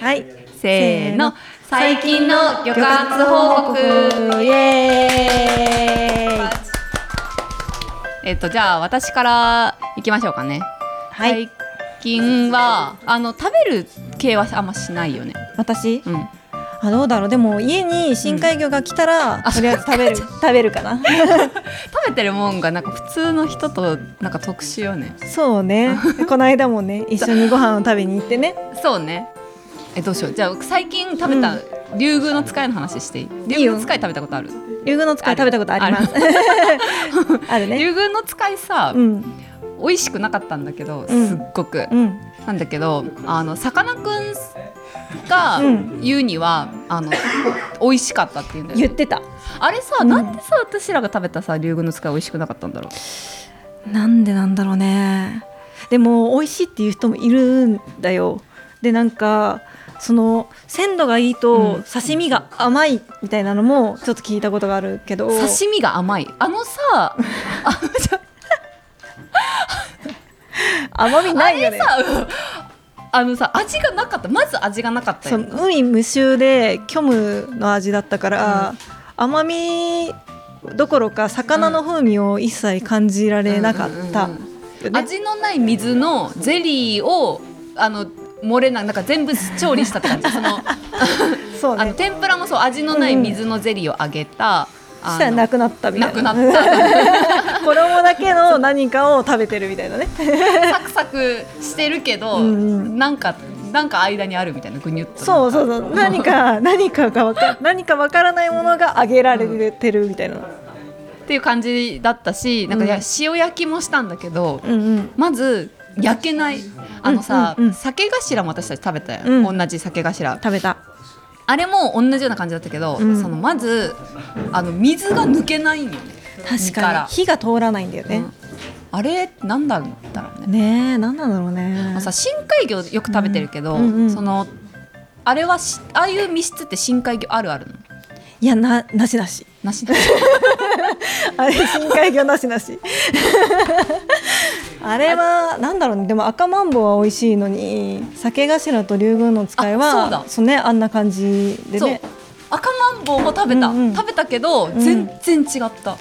はい。せーの。最近のせーの。魚活報告。イエーイ。えっと、じゃあ、私から行きましょうかね。はい。最近は、あの、食べる系はあんましないよね。私、うん。あ、どうだろう。でも、家に深海魚が来たら、とりあえず食べる、食べるかな。食べてるもんが、なんか普通の人と、なんか特殊よね。 そう ね。この間もね、一緒にご飯を食べに行ってね。そうね。え、どうしよう。じゃあ、最近食べた、うん竜宮の使いの話していい竜いい宮よの使い食べたことある竜宮の使い食べたことあります。 あるね。竜宮の使いさ、うん。美味しくなかったんだけど、うんすっごく。うん。なんだけどあのさかなクンがうん言うには、あの美味しかったっていうんだよ、言っね、てた。あれさ、うんなんでさ私らが食べたさ竜宮の使い美味しくなかったんだろうなんでなんだろうねでも美味しいっていう人もいるんだよでなんかその鮮度がいいうとん刺身が甘いみたいなのもちょっと聞いたことがあるけど刺身が甘いあのさあのじゃ甘みないよねあうんあのさ味がなかったまず味がなかったそよの海無臭で虚無の味だったから、甘みどころか魚の風味を一切感じられなかった、うんうんうんよね味のない水のゼリーをあの漏れななんか全部調理したっ て感じそのそうあのね天ぷらもそう味のない水のゼリーをあげた、あのしたらなくなったみたないくななった 衣だけの何かを食べてるみたいなねサクサクしてるけど、うんうんなんかなんか間にあるみたいなグニュッとそうそううそう何か何かがわか何かわからないものが揚げられてるみたいな。っていう感じだったしなんか、いやうん塩焼きもしたんだけど、うんうん。まず焼けないあのさ、うんうんうん酒頭も私たち食べたよ、うん同じ酒頭食べた。あれも同じような感じだったけど、うんそのまずあの水が抜けないんよね確身からかに火が通らないんだようねん。あれなんだろうねねえ、なんなんだろうねまあ。さ深海魚よく食べてるけど、うんうんうんそのあれはしああいう密室って深海魚あるあるのいやななしなし。 なしなしあれ深海魚なしな し。あれはなんだろうね。でも赤マンボウは美味しいのに酒頭と竜宮の使いあそうだはそうねあんな感じでそうね。赤マンボウも食べた、うんうん食べたけど、ん全然違った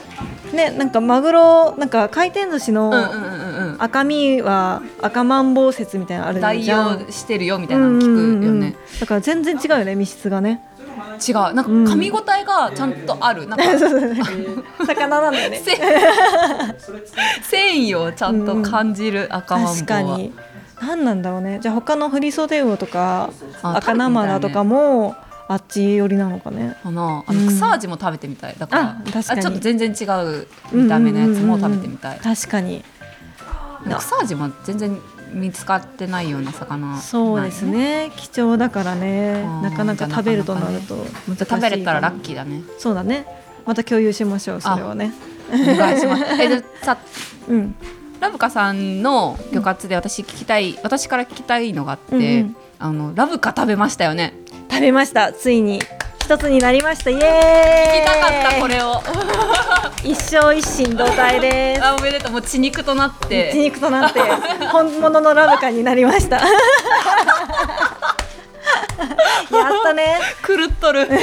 ねなんかマグロなんか回転寿司うのんうんうんうん赤身は赤マンボウ説みたいなのある代じゃん用してるよみたいなの聞くようんうんうんね、だから全然違うよね身質がね違うなんか噛み応えがちゃんとある、なんかそうそう 魚なんだよね せ繊維をちゃんと感じる赤マン確ボウはかに何なんだろうねじゃあ他の振り袖魚とかあ赤生だとかもあっち寄りなのかねかなあうのん草味も食べてみたいだからあ確かにちょっと全然違う見た目のやつも食べてみたい、うんうんうんうん確かにな草味も全然見つかってないような魚そうですないね貴重だからねうんなかなか食べるとなると難しい食べれたらラッーキーだねそうだねまた共有しましょうそれはねお願いしますえじゃあさうんラブカさんの魚活で私聞きたい、私から聞きたいのがあって、うんうんあのラブカ食べましたよね食べましたついに一つになりましたイエー聞イきたかったこれを一生一心同体ですあおめでとうもう血肉となって 血肉とな って本物のラブカになりましたやったね狂っとるめっ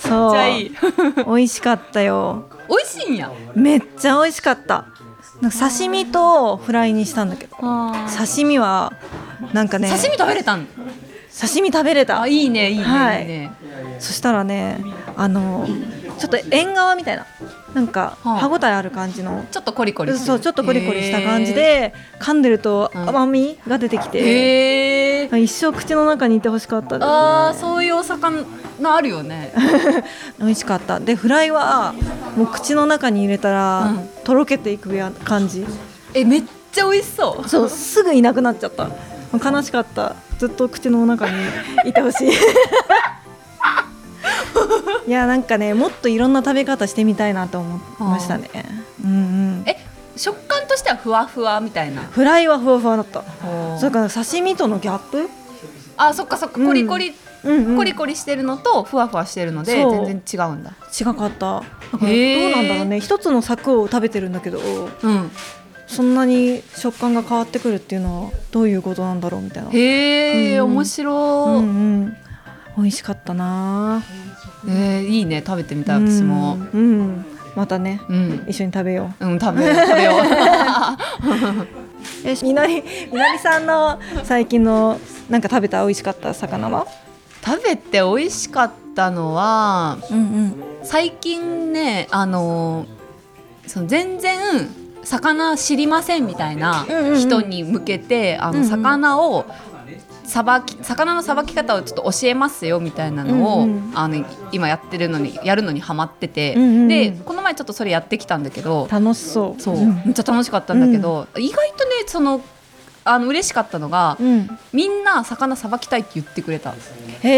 そうちゃいい美味しかったよ美味しいんやめっちゃ美味しかったなんか刺身とフライにしたんだけど刺身はなんかね刺身食べれたん刺身食べれたあいいねいいね、はいいいねそしたらねあのちょっと縁側みたいななんかはあ歯ごたえある感じのちょっとコリコリするそうちょっとコリコリした感じで噛んでるとうん甘みが出てきへて、え一生口の中にいてほしかったです、あーそういうお魚あるよね美味しかったでフライはもう口の中に入れたら、うんとろけていくや感じえめっちゃ美味しそうそうすぐいなくなっちゃったもう悲しかったずっと口の中にいてほ しいいやなんかねもっといろんな食べ方してみたいなと思いましたねうんうんえ食感としてはふわふわみたいなフライはふわふわだったそそれっからか刺身とのギャップあそっかそっかうんコリコリ、うんうんコリコリしてるのとふわふわしてるのでそう全然違うんだ違かっただからどうへーなんだろうね一つの柵を食べてるんだけどうんそんなに食感が変わってくるっていうのはどういうことなんだろうみたいなへえ、うん面う白い、んうん美味しかったなえーいいね食べてみたい私もうん、うんまたねうん、一緒に食べよううん食べよう食 べよえみのりみのりさんの最近のなんか食べた美味しかった魚はう食べて美味しかったのはうんうん最近ねあのーその全然魚知りませんみたいなうんうんうん人に向けて、あうんうのん魚をさばき魚のさばき方をちょっと教えますよみたいなのを、うんうんあの今やってるのにやるのにハマってて、うんうんうんでこの前ちょっとそれやってきたんだけど楽しそうそう、うんめっちゃ楽しかったんだけど、意外とねそのあの嬉しかったのが、うん、みんな魚さばきたいって言ってくれた。へ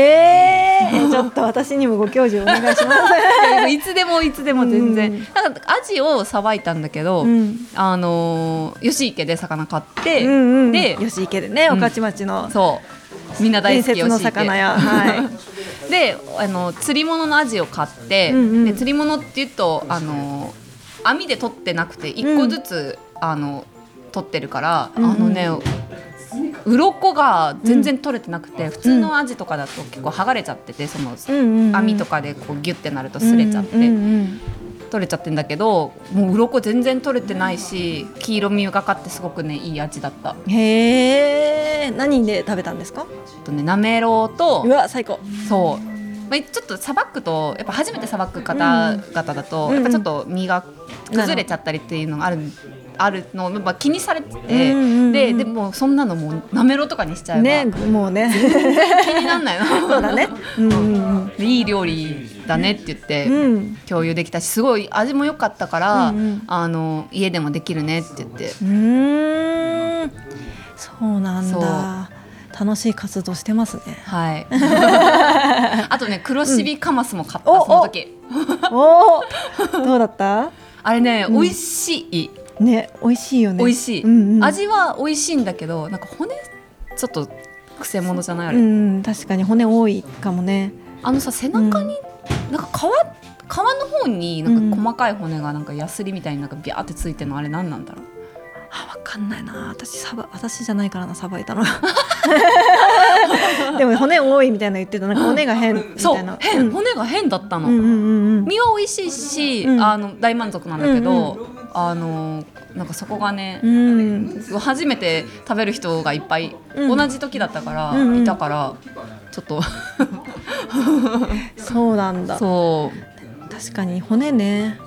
えちょっと私にもご教授お願いしますいやいつでもいつでも全然、うんなんかアジをさばいたんだけど、うんあのー吉池で魚買って、うんうん、で吉池でね、うん御徒町のそうみんな大伝好き説の魚屋、は吉池 であの釣り物のアジを買って、うんうんで釣り物っていうとあのー網で取ってなくて一個ずつ、あの取ってるから、うんうんあのね鱗が全然取れてなくて、普通のアジとかだと結構剥がれちゃっててそのい、うんうん、網とかでこうギュッてなると擦れちゃって、うんうん取れちゃってんだけどもう鱗全然取れてないし黄色みがかってすごくねいい味だったうんへえ何で食べたんですかあとねなめろうとうわ最高そう、まあ、ちょっとさばくとやっぱ初めてさばく方々だと、うんやっぱちょっと身が崩れちゃったりっていうのがあるあるのをやっぱ気にされてて、うんうんうんででもそんなのもうなめろうとかにしちゃえば、ねもうね気になんないの そうだねうんうんでいい料理だねって言って、うんうん共有できたしすごい味も良かったから、うんうんあの家でもできるねって言ってうーんそうなんだ楽しい活動してますね はい。あとね、黒シビカマスも買った、うんおその時。おおどうだったあれね、うん美味しい。ね美味しいよね美味しい、うんうん、味は美味しいんだけど、なんか骨、ちょっと、くせ者じゃないあれ、うん確かに骨多いかもねあのさ、背中に、なんか皮、皮の方に、なんか細かい骨が、なんかヤスリみたいになんかビャーってついてるの、あれ何なんだろう。あ分かんないな私さば私じゃないからなさばいたの でも骨多いみたいなの言ってたなんか骨が変みそたいうな、変、骨が変だったの。うんうんうんうん身は美味しいし、うんあの大満足なんだけど、うあのなんかそこがね、うん初めて食べる人がいっぱい、うん同じ時だったから、うんうんいたからちょ っとそうなんだそう確かに骨ね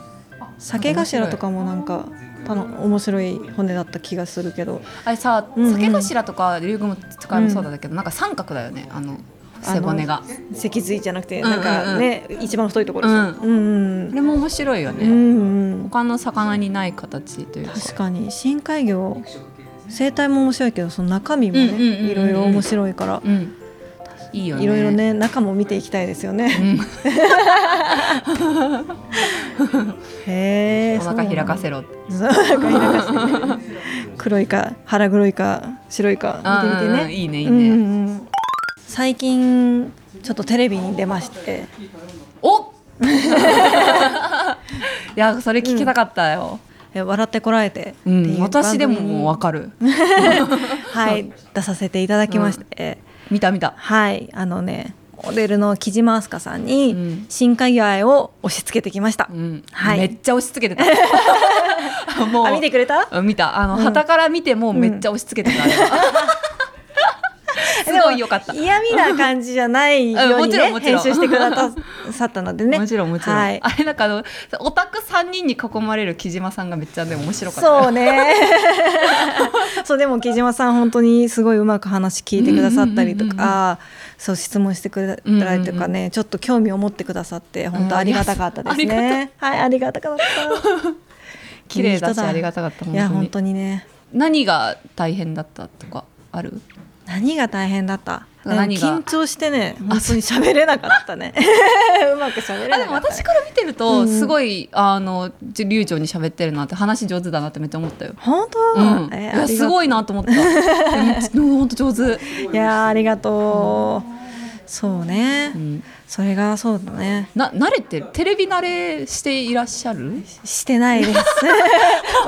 酒頭とかもなんかたの面白い骨だった気がするけどあれさ、うんうん酒頭とか竜宮も使いもそうだけど、なんか三角だよねあの背骨が脊髄じゃなくてうんうんなうんんかね、一番太いところでしょうんあれも面白いようんうね、んうん他の魚にない形というか確かに深海魚生態も面白いけどその中身もね、うんうんうんうんいろいろ面白いからうんいいよねいろいろね中も見ていきたいですよ ね。へえ。お腹開かせろってそうなんだ。そうお腹開かせてね。黒いか腹黒いか白いか見てみてうんうんうんね。いいねいいね、うんうんうん最近ちょっとテレビに出まして、 おいやそれ聞きたかったよ、え笑ってこらえてってういう番組んに私でももう分かるはい出させていただきまして、見た見たはいあのねモデルの木島明日香さんうにん深海魚愛を押し付けてきました。うん、はいめっちゃ押し付けて たもうあ見てくれた？うん見たあの、旗から見てもめっちゃ押し付け てた、あれはすごいよかった嫌味な感じじゃないよううんもにちろねんもちろ編集んしてくださったのでね もちろんもちろん、はいあれなんかあのオタク3人に囲まれる木島さんがめっちゃね面白かったよそうね そうでも木島さん本当にすごいうまく話聞いてくださったりとうんうんうんかそう質問してくれたりとかね、ちょっと興味を持ってくださって本当ありがたかったですね、はいありがたかった綺麗だしいい人ありがたかった本いや当本に当にね何が大変だったとかある何が大変だった何が緊張してね本当に喋れなかったねうまく喋れなかった、ね、あでも私から見てると、うんすごいあのじ流暢に喋ってるなって話上手だなってめっちゃ思ったよ。本当、うん、いえーあやりす がとうごいなと思った。本当上手。いやーありがとう。そうね、うん、それがそうだねな慣れてテレビ慣れしていらっしゃるしてない です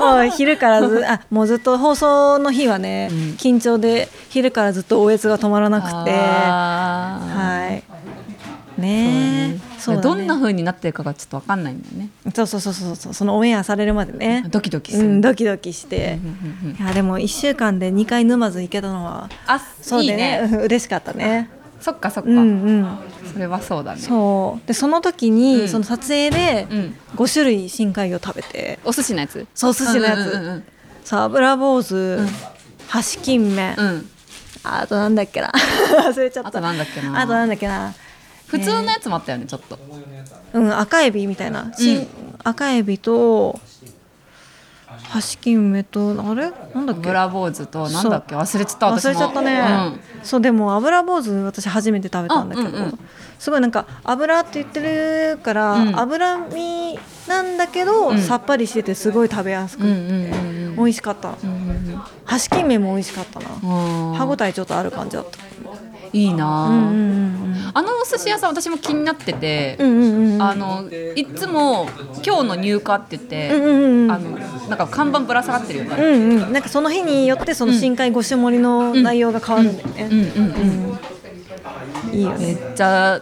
もう昼からずあもうずっと放送の日はね、うん緊張で昼からずっとおえつが止まらなくてははいいねそうだねどんな風になってるかがちょっとわかんないんだよねそうそうそうそうそうそのオンエアされるまでねドキドキすうる、んドキドキしてうんう、んうんいやでも1週間で2回沼津行けたのはあそういいでねねうん 嬉しかったねそっかそっか、うんうんそれはそうだねそうでその時に、うんその撮影でうん5種類深海魚食べて、お寿司のやつそうお寿司のやつうんうんうんさあ油坊主、うんハシキンメン、うん、うんあとなんだっけな 忘れちゃったあとなんだっけなあとなんだっけな普通のやつもあったよねちょっとうん赤エビみたいな、しうん赤エビとハシキンメとあれなんだっけブラ坊主となんだっけ忘れちゃった忘私もれちゃったね、そうでも油坊主私初めて食べたんだけど、あうんうんすごいなんか油って言ってるから、うん脂身なんだけど、うんさっぱりしててすごい食べやすくうて、んうんうんうん美味しかったうんうんうん箸金麺も美味しかったな、あー歯ごたえちょっとある感じだったいいなあ、うんうんあのお寿司屋さん私も気になってて、うんうんうんうんあのいつも「今日の入荷」って言って、うんうんうんあのなんか看板ぶら下がってるようね、んうん、なんかその日によってその深海五種盛りの内容が変わるんだよね、うんうんうんいいよめねっちゃ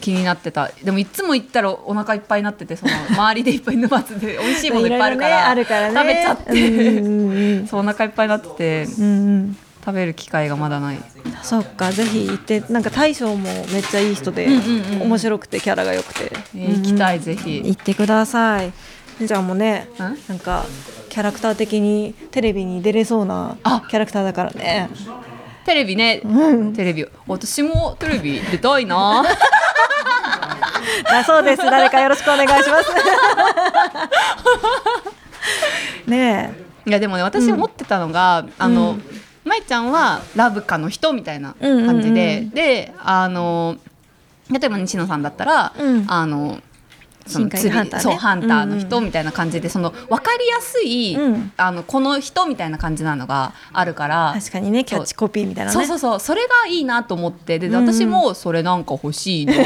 気になってたでもいつも行ったらお腹いっぱいになっててその周りでいっぱい沼津 で美味しいものいっぱいあるからいろいろねあるからね食べちゃって、うんうんうんそうお腹いっぱいになっててうんうん食べる機会がまだないそっかぜひ行ってなんか大将もめっちゃいい人で、うんうんうん面白くてキャラが良くて、えー行きたいぜひ行ってくださいじゃあもうねんなんかキャラクター的にテレビに出れそうなあキャラクターだからねテレビね、テレビ私もテレビ出たいなだそうです誰かよろしくお願いします ねいやでもね私思ってたのが、あの、まいちゃんはラブカの人みたいな感じで、うんうんうであの例えば西野さんだったら、うんあのその深海釣りハンターねそうハンターの人みたいな感じで、その分かりやすい、うんあのこの人みたいな感じなのがあるからえ確かにねキャッチコピーみたいなねそうそうそうそれがいいなと思ってでんうん私もそれなんか欲し いな考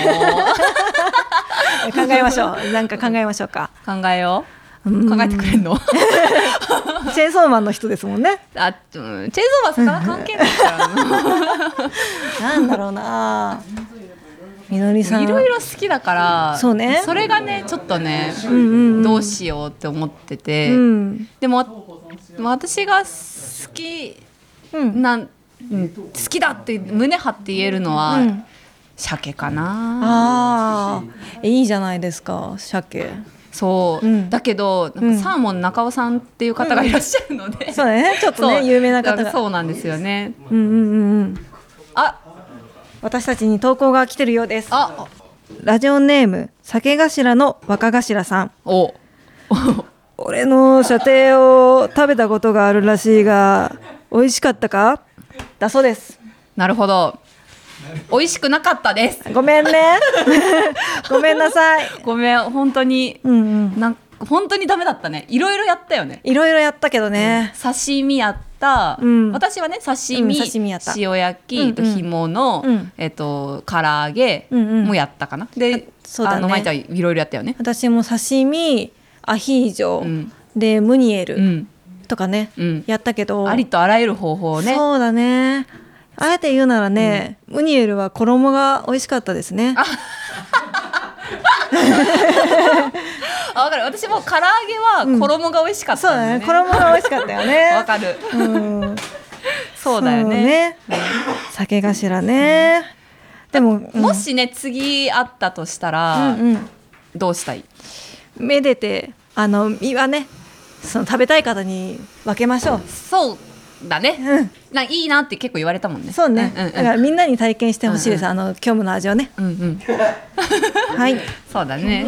えましょうなんか考えましょう か考えようんう考えてくれ んのチェーンソーマンの人ですもんねあうんチェーンソーは魚関係ないからななんだろうなみのりさんいろいろ好きだからそうねそれがねちょっとね、んうんうんどうしようって思ってて、うんでもまあ私が好きうんなんうん好きだって胸張って言えるのは、うん鮭かあなあいいじゃないですか鮭そう、うんだけどなんかサーモン中尾さんっていう方がいらっしゃるので、 そうだねちょっと そうね有名なだ方からがそうなんですよねうんうんうんうんあ私たちに投稿が来てるようですあラジオネーム酒頭の若頭さんお 俺の射程を食べたことがあるらしいが美味しかったかだそうですなるほど美味しくなかったですごめんね ごめんなさいごめん本当にうんうんなん本当にダメだったねいろいろやったよねいろいろやったけどね、刺身やった、うん私はね刺身,、うん刺身やった塩焼き、うんうんと干物、うんえっと唐揚げうんうんもやったかな、でそうだねあの舞ちゃんいろいろやったよね私も刺身アヒージョ、うんでムニエうルんとかね、うんやったけどありとあらゆる方法をねそうだねあえて言うならね、ムニエルは衣が美味しかったですねあわかる私も唐揚げは衣が美味しかっそうただんだよねね、衣が美味しかったよね わかるうんそうだよねそう酒頭ね、でも、うんもしね次あったとしたら、うんうんどうしたいめでてあの身はねその食べたい方に分けましょう、そうだね、うんないいなって結構言われたもんねそうね、うんうんだからみんなに体験してほしいです、うんあの虚無の味を ねうんうんはいそうだね。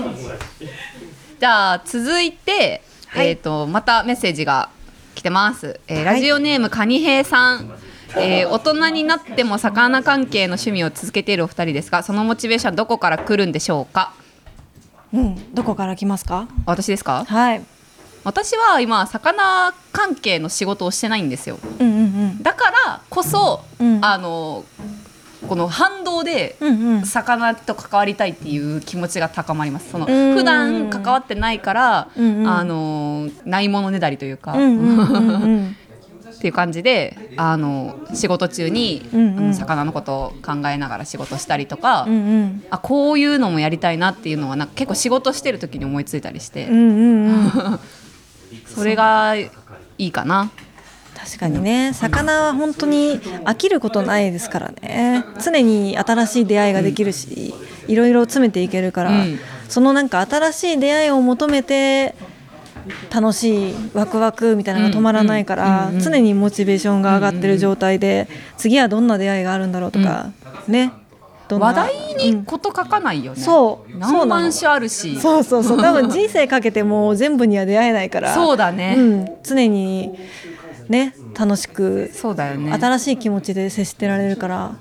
じゃあ続いて、はいえっ、とまたメッセージが来てます。えーラジオネームカニヘイさん。えー大人になっても魚関係の趣味を続けているお二人ですがそのモチベーションどこから来るんでしょうかうん、どこから来ますか。私ですかはい。私は今魚関係の仕事をしてないんですようんうんうん。だからこそ、うんあのこの反動でうんうん魚と関わりたいっていう気持ちが高まりますそのうん普段関わってないから、うんうんあのないものねだりというか、うんうんうんうん っていう感じであの仕事中に、うんうんあの魚のことを考えながら仕事したりとか、うんうんあこういうのもやりたいなっていうのはなんか結構仕事してる時に思いついたりして、うん うんうんそれがいいかな。確かにね魚は本当に飽きることないですからね常に新しい出会いができるし、いろいろ詰めていけるから、うんそのなんか新しい出会いを求めて楽しいワクワクみたいなのが止まらないから、うんうんうん常にモチベーションが上がってる状態で、次はどんな出会いがあるんだろうとか、ねどんな話題にこと書かないよね、そうそうなの何万種あるしそうそうそう多分人生かけても全部には出会えないからそうだねうん、常にね楽しくそうだよね新しい気持ちで接してられるから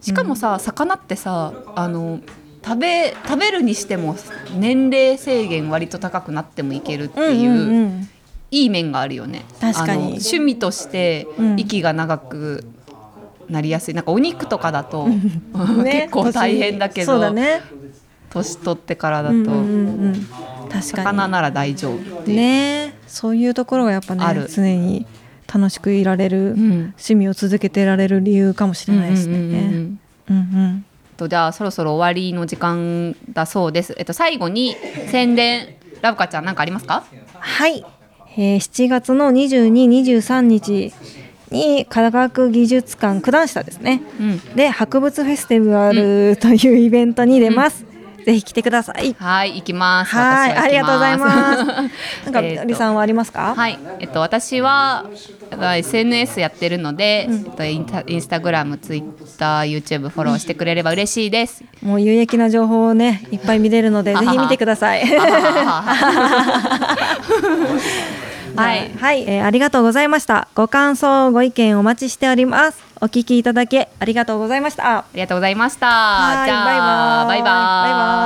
しかもさ、魚ってさあの食べ食べるにしても年齢制限割と高くなってもいけるっていう,、うんうんうんいい面があるよね確かにあの趣味としてうん息が長くなりやすい、なんかお肉とかだと、ね 結構大変だけそうどだね年取ってからだうと、んうんうんうん確魚かなら大丈夫ってにいう、ねそういうところがやっぱあねる常に楽しくいられる、うん趣味を続けてられる理由かもしれないですねうんうんうんううんんうんとじゃあそろそろ終わりの時間だそうです。えっと最後に宣伝ラブカちゃんなんかありますか？はい、えー7月の2223日に科学技術館九段下ですね、うんで博物フェスティバルというイベントに出ます、ぜひ来てくださいはい行きます。はい私ありがとうござい ますすなんか、えっとりさんはありますかはい、えっと、私はあの SNS やってるので、えっと、インタインスタグラムツイッター YouTube フォローしてくれれば嬉しいです。もう有益な情報をねいっぱい見れるのでぜひ見てください はいはい、えーありがとうございましたご感想ご意見お待ちしておりますお聞きいただきありがとうございましたありがとうございました。じはいゃあ、バイバイバイバイバイ